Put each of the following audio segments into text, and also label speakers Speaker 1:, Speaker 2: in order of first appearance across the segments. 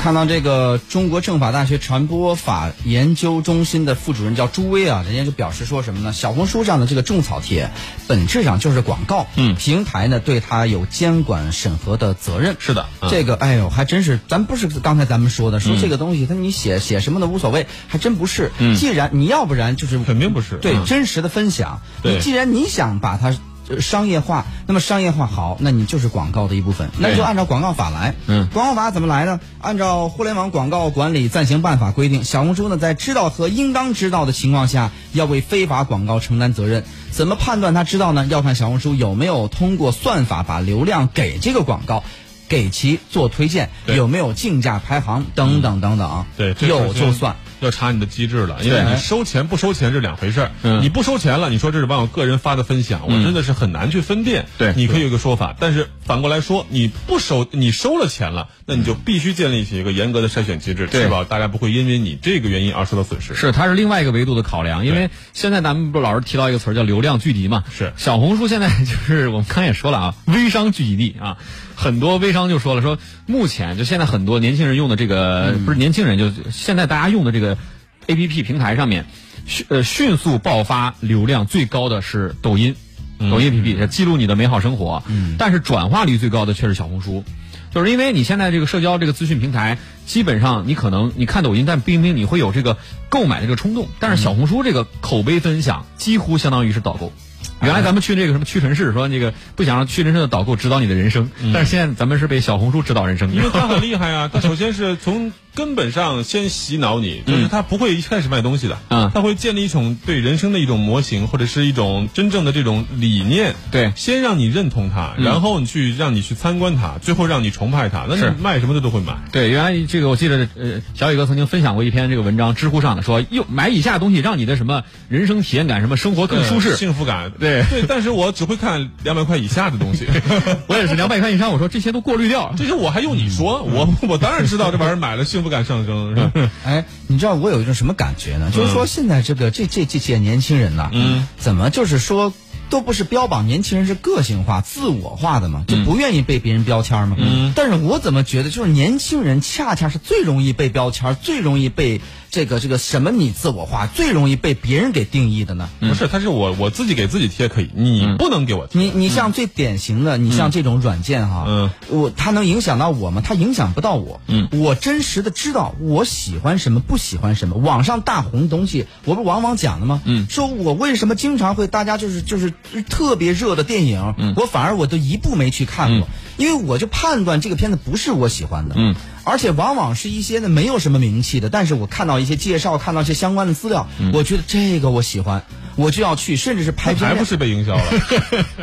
Speaker 1: 看到这个中国政法大学传播法研究中心的副主任叫朱威啊，人家就表示说什么呢？小红书上的这个种草帖，本质上就是广告，
Speaker 2: 嗯
Speaker 1: 平台呢对它有监管审核的责任。
Speaker 2: 是的嗯
Speaker 1: 这个哎呦，还真是，咱不是刚才咱们说的，说这个东西它你写写什么的无所谓，还真不是。
Speaker 2: 嗯
Speaker 1: 既然你要不然就是
Speaker 2: 肯定不是
Speaker 1: 对
Speaker 2: 嗯
Speaker 1: 真实的分享，
Speaker 2: 对
Speaker 1: 你既然你想把它。呃商业化，那么商业化好，那你就是广告的一部分，那你就
Speaker 2: 对
Speaker 1: 按照广告法来。
Speaker 2: 嗯
Speaker 1: 广告法怎么来呢？按照《互联网广告管理暂行办法》规定，小红书呢在知道和应当知道的情况下，要为非法广告承担责任。怎么判断他知道呢？要看小红书有没有通过算法把流量给这个广告。给其做推荐，
Speaker 2: 对
Speaker 1: 有没有竞价排行等等等等，
Speaker 2: 对，这
Speaker 1: 有
Speaker 2: 首先
Speaker 1: 就算。
Speaker 2: 要查你的机制了，因为
Speaker 1: 对
Speaker 2: 你收钱不收钱是两回事儿。
Speaker 3: 嗯
Speaker 2: 你不收钱了，你说这是网友个人发的分享，我真的是很难去分辨。
Speaker 3: 对
Speaker 2: 你可以有一个说法，但是反过来说，你不收，你收了钱了，那你就必须建立起一个严格的筛选机制，
Speaker 3: 对
Speaker 2: 确保大家不会因为你这个原因而受到损失。
Speaker 3: 是，它是另外一个维度的考量，因为现在咱们不老是提到一个词儿叫流量聚集嘛？
Speaker 2: 是
Speaker 3: 小红书现在就是我们刚才也说了啊， 微商聚集地啊，很多微商就说了说，目前就现在很多年轻人用的这个、不是年轻人，就现在大家用的这个 A P P 平台上面，迅呃迅速爆发流量最高的是抖音，
Speaker 2: 嗯
Speaker 3: 抖音 A P P 记录你的美好生活，啊但是转化率最高的却是小红书。就是因为你现在这个社交这个资讯平台，基本上你可能你看抖音，但并不一定你会有这个购买的这个冲动。但是小红书这个口碑分享几乎相当于是导购。原来咱们去那个什么屈臣氏，说那个不想让屈臣氏的导购指导你的人生，但是现在咱们是被小红书指导人生的
Speaker 2: 嗯因为他很厉害 啊！他首先是从根本上先洗脑你，就是他不会一开始卖东西的，
Speaker 3: 嗯
Speaker 2: 他会建立一种对人生的一种模型，或者是一种真正的这种理念，
Speaker 3: 对
Speaker 2: 先让你认同它，
Speaker 3: 嗯
Speaker 2: 然后你去让你去参观它，最后让你崇拜它，那
Speaker 3: 是
Speaker 2: 你卖什么的都会买。
Speaker 3: 对，原来这个我记得，呃，小雨哥曾经分享过一篇这个文章，知乎上的说，又买以下东西让你的什么人生体验感，什么生活更舒适。
Speaker 2: 呃幸福感，
Speaker 3: 对
Speaker 2: 对，但是我只会看两百块以下的东 西，
Speaker 3: 我也是两百块以上，我说这些都过滤掉。
Speaker 2: 这些我还用你说？
Speaker 3: 嗯
Speaker 2: 我我当然知道这玩意儿买了幸福感上升，是吧？
Speaker 1: 哎，你知道我有一种什么感觉呢？就是说现在这个这这这些年轻人呐、
Speaker 2: 嗯，
Speaker 1: 怎么就是说都不是标榜年轻人是个性化、自我化的嘛，就不愿意被别人标签嘛。
Speaker 2: 嗯，
Speaker 1: 但是我怎么觉得就是年轻人恰恰是最容易被标签、最容易被这个这个什么你自我化、最容易被别人给定义的呢？
Speaker 2: 不是，他是我我自己给自己贴可以，你
Speaker 3: 嗯
Speaker 2: 不能给我贴。
Speaker 1: 你你像最典型的，你像这种软件哈，
Speaker 2: 嗯，
Speaker 1: 我它能影响到我吗？它影响不到我，
Speaker 3: 嗯，
Speaker 1: 我真实的知道我喜欢什么，不喜欢什么。网上大红的东西，我不是往往讲的吗？
Speaker 3: 嗯
Speaker 1: 说我为什么经常会大家就是就是特别热的电影，嗯，我反而我都一部没去看过，因为我就判断这个片子不是我喜欢的，
Speaker 3: 嗯，
Speaker 1: 而且往往是一些呢没有什么名气的，但是我看到一些介绍，看到一些相关的资料，我觉得这个我喜欢。我就要去，甚至是
Speaker 3: 哎
Speaker 1: 排片
Speaker 2: 还
Speaker 1: 量
Speaker 2: 不是被营销 了，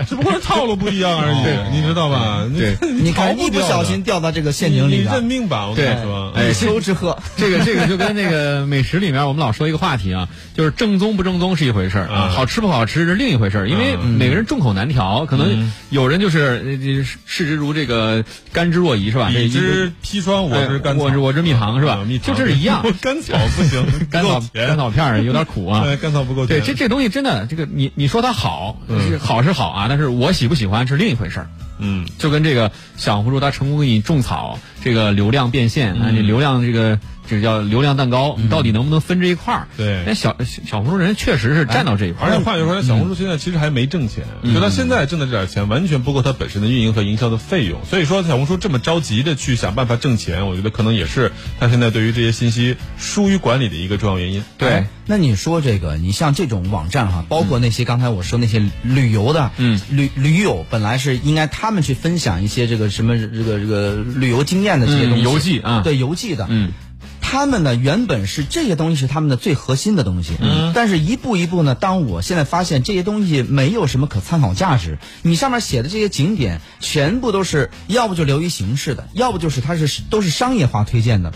Speaker 2: 只不过是套路不一样而
Speaker 3: 哦
Speaker 2: 已，你知道吧？
Speaker 3: 对
Speaker 1: 你
Speaker 2: 逃
Speaker 1: 看，一不
Speaker 2: 掉的
Speaker 1: 小心掉到这个陷
Speaker 2: 你
Speaker 1: 阱
Speaker 2: 你
Speaker 1: 里
Speaker 2: 认
Speaker 1: 了，
Speaker 2: 命吧，我跟你说。
Speaker 3: 哎
Speaker 1: 一丘之貉。
Speaker 3: 这个这个就跟那个美食里面我们老说一个话题啊，就是正宗不正宗是一回事儿，
Speaker 2: 啊
Speaker 3: 好吃不好吃是另一回事儿，因为每个人众口难调，可能有人就是呃视之如这个甘之若饴是吧？这
Speaker 2: 你
Speaker 3: 一个哎
Speaker 2: 知砒霜，我知甘草，
Speaker 3: 我知我知蜜糖是吧
Speaker 2: 啊蜜糖
Speaker 3: 就这是一样
Speaker 2: 甘草不行，
Speaker 3: 甘
Speaker 2: 不
Speaker 3: 草
Speaker 2: 够甜
Speaker 3: 甘草片儿有点苦啊。
Speaker 2: 哎甘草不够
Speaker 3: 对，嗯
Speaker 2: 甜。
Speaker 3: 这这东西真的，这个你你说它好是好是好啊，但是我喜不喜欢是另一回事儿。
Speaker 2: 嗯，
Speaker 3: 就跟这个小红书它成功给你种草这个流量变现，
Speaker 2: 嗯
Speaker 3: 啊，你流量这个这个叫流量蛋糕，你到底能不能分这一块儿？
Speaker 2: 对哎
Speaker 3: 那小小小红书人确实是占到这一块
Speaker 2: 而
Speaker 3: 儿
Speaker 2: 且。话又说，小红书现在其实还没挣钱，
Speaker 3: 嗯
Speaker 2: 就他现在挣的这点钱完全不够他本身的运营和营销的费用。所以说，小红书这么着急的去想办法挣钱，我觉得可能也是他现在对于这些信息疏于管理的一个重要原因。
Speaker 3: 对
Speaker 1: 哎，那你说这个，你像这种网站哈、包括那些刚才我说那些旅游的，
Speaker 3: 嗯，
Speaker 1: 旅驴友本来是应该他们去分享一些这个什么这个这个旅游经验的这些
Speaker 3: 嗯
Speaker 1: 东西，
Speaker 3: 游记啊
Speaker 1: 对游记的，
Speaker 3: 嗯，
Speaker 1: 他们呢原本是这些东西是他们的最核心的东西，嗯，但是一步一步呢，当我现在发现这些东西没有什么可参考价值，你上面写的这些景点全部都是要不就流于形式的，要不就是它是都是商业化推荐的，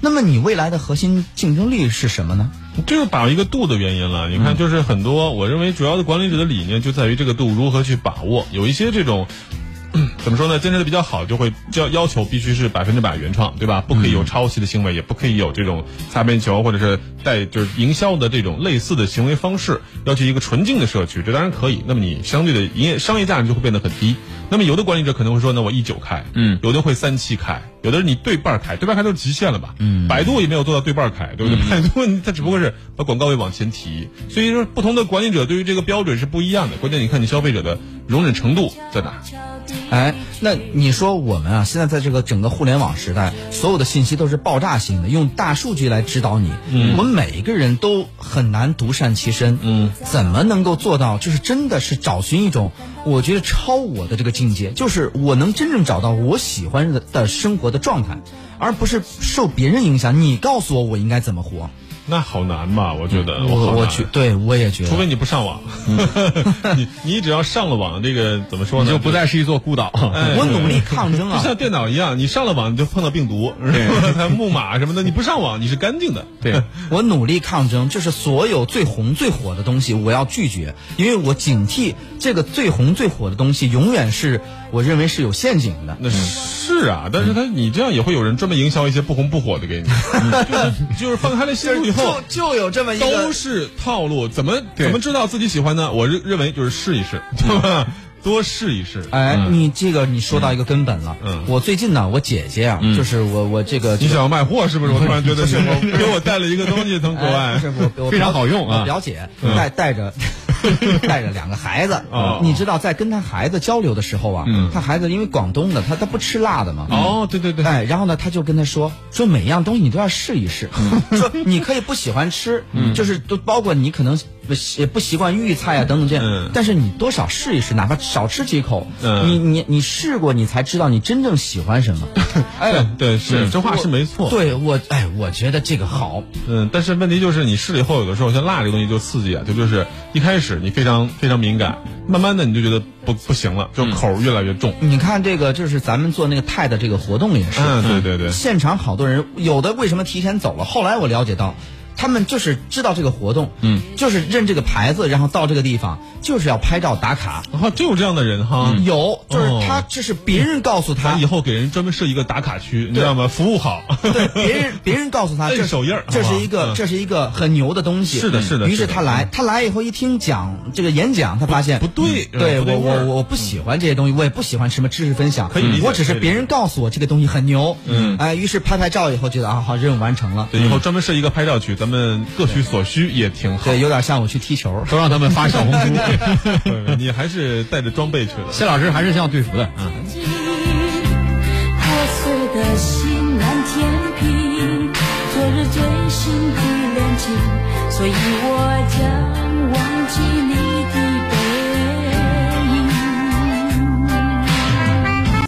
Speaker 1: 那么你未来的核心竞争力是什么呢？
Speaker 2: 这个把一个度的原因了。你看，就是很多，我认为主要的管理者的理念就在于这个度如何去把握。有一些这种。 嗯怎么说呢？坚持的比较好，就会要要求必须是百分之百原创，对吧？不可以有抄袭的行为，也不可以有这种擦边球或者是带就是营销的这种类似的行为方式，要求一个纯净的社区，这当然可以。那么你相对的营业商业价值就会变得很低。那么有的管理者可能会说呢，我一九开，
Speaker 3: 嗯
Speaker 2: 有的会三七开，有的有的是你对半儿开，对半儿开都是极限了吧？嗯，百度也没有做到对半儿开，对不
Speaker 3: 嗯
Speaker 2: 对？百度 你它只不过是把广告位往前提，所以说不同的管理者对于这个标准是不一样的。关键你看你消费者的容忍程度在哪儿？
Speaker 1: 哎，那你说我们啊，现在在这个整个互联网时代，所有的信息都是爆炸性的，用大数据来指导你。
Speaker 2: 嗯
Speaker 1: 我们每一个人都很难独善其身。嗯，怎么能够做到？就是真的是找寻一种我觉得超我的这个境界，就是我能真正找到我喜欢的的生活的状态，而不是受别人影响。你告诉我我应该怎么活？
Speaker 2: 那好难吧？我觉
Speaker 3: 嗯
Speaker 2: 得，好
Speaker 1: 我我
Speaker 2: 难
Speaker 1: 觉，对我也觉
Speaker 2: 除
Speaker 1: 得。
Speaker 2: 非你不上网， 你你只要上了网，这个怎么说
Speaker 3: 你
Speaker 2: 呢？
Speaker 3: 就不
Speaker 2: 是
Speaker 3: 再是一座孤岛。
Speaker 2: 哎
Speaker 1: 我努力抗争
Speaker 2: 就
Speaker 1: 啊！
Speaker 2: 像电脑一样，你上了网你就碰到病毒，是吧它 木马什么的，你不上网你是干净的。
Speaker 3: 对，
Speaker 1: 我努力抗争，就是所有最红最火的东西，我要拒绝，因为我警惕这个最红最火的东西永远是我认为是有陷阱的。
Speaker 2: 那是啊，但是他你这样也会有人专门营销一些不红不火的 给你，就是就是放开了心路以后
Speaker 1: 就。就有这么一
Speaker 2: 都
Speaker 1: 个，
Speaker 2: 是套路，怎么
Speaker 3: 对
Speaker 2: 怎么知道自己喜欢呢？我认认为就是试一试，对吧？多试一
Speaker 3: 嗯
Speaker 2: 试。
Speaker 1: 哎，你这个你说到一个根本了。
Speaker 2: 嗯
Speaker 1: 我最近呢，我姐姐啊，
Speaker 3: 嗯
Speaker 1: 就是我我这个
Speaker 2: 你想要卖货是不是？我突然 觉得你我给我带了一个东西从国
Speaker 1: 哎
Speaker 2: 外
Speaker 1: 不，是我 我
Speaker 3: 非常好用啊
Speaker 1: 我表姐带带 着带着两个孩子
Speaker 2: 哦，
Speaker 1: 你知道在跟她孩子交流的时候啊，
Speaker 3: 嗯
Speaker 1: 她孩子因为广东的，她她不吃辣的嘛。
Speaker 2: 哦，对对对，
Speaker 1: 哎，然后呢，他就跟他说说每样东西你都要试一试，
Speaker 2: 嗯
Speaker 1: 说你可以不喜欢吃，就是都包括你可能不习不习惯豫菜啊等等这样，
Speaker 2: 嗯
Speaker 1: 但是你多少试一试，哪怕少吃几口，
Speaker 2: 嗯
Speaker 1: 你你你试过，你才知道你真正喜欢什 么。哎，
Speaker 2: 对对是，这话是没错。
Speaker 1: 对我哎，我觉得这个好，
Speaker 2: 嗯，但是问题就是你试了以后，有的时候像辣这个东西就刺激啊，就就是一开始你非常非常敏感，慢慢的你就觉得不不行了，
Speaker 1: 嗯
Speaker 2: 就口儿越来越重。
Speaker 1: 你看这个就是咱们做那个泰的这个活动也是，
Speaker 2: 嗯，对对对，
Speaker 1: 现场好多人，有的为什么提前走了？后来我了解到，他们就是知道这个活动，嗯，就是认这个牌子，然后到这个地方就是要拍照打卡。
Speaker 2: 然后就有这样的人哈。
Speaker 1: 有，就是他
Speaker 2: 哦，
Speaker 1: 这是别人告诉他
Speaker 2: 咱以，后给人专门设一个打卡区，你知道吗？服务好。
Speaker 1: 对，别人别人告诉他，
Speaker 2: 摁
Speaker 1: 这
Speaker 2: 手印儿
Speaker 1: 这
Speaker 2: 好
Speaker 1: 是
Speaker 2: 吧
Speaker 1: 一个
Speaker 2: 嗯
Speaker 1: 这是一个很牛的东西。
Speaker 2: 是的
Speaker 1: 嗯
Speaker 2: 是的
Speaker 1: 于
Speaker 2: 是
Speaker 1: 是
Speaker 2: 的
Speaker 1: 他来，他来以后一听讲这个演讲，他发现
Speaker 2: 不对
Speaker 1: 嗯对
Speaker 2: 不对
Speaker 1: 我
Speaker 2: 味儿
Speaker 1: 我我不喜欢这些东西，我也不喜欢什么知识分享，
Speaker 2: 可以理解
Speaker 1: 我只是
Speaker 2: 可以理
Speaker 1: 别人告诉我这个东西很牛，
Speaker 2: 嗯
Speaker 1: 哎，于是拍拍照以后觉得啊，好，任务完成了。
Speaker 2: 对，以后专门设一个拍照区，咱们各取所需也挺好。
Speaker 1: 对，有点像我去踢 球。
Speaker 3: 都让他们发小红书。
Speaker 2: 对你还是带着装备去的。
Speaker 3: 谢老师还是像队服的啊。
Speaker 4: 破碎的心难填平，昨日最辛苦炼金，所以我将忘记你。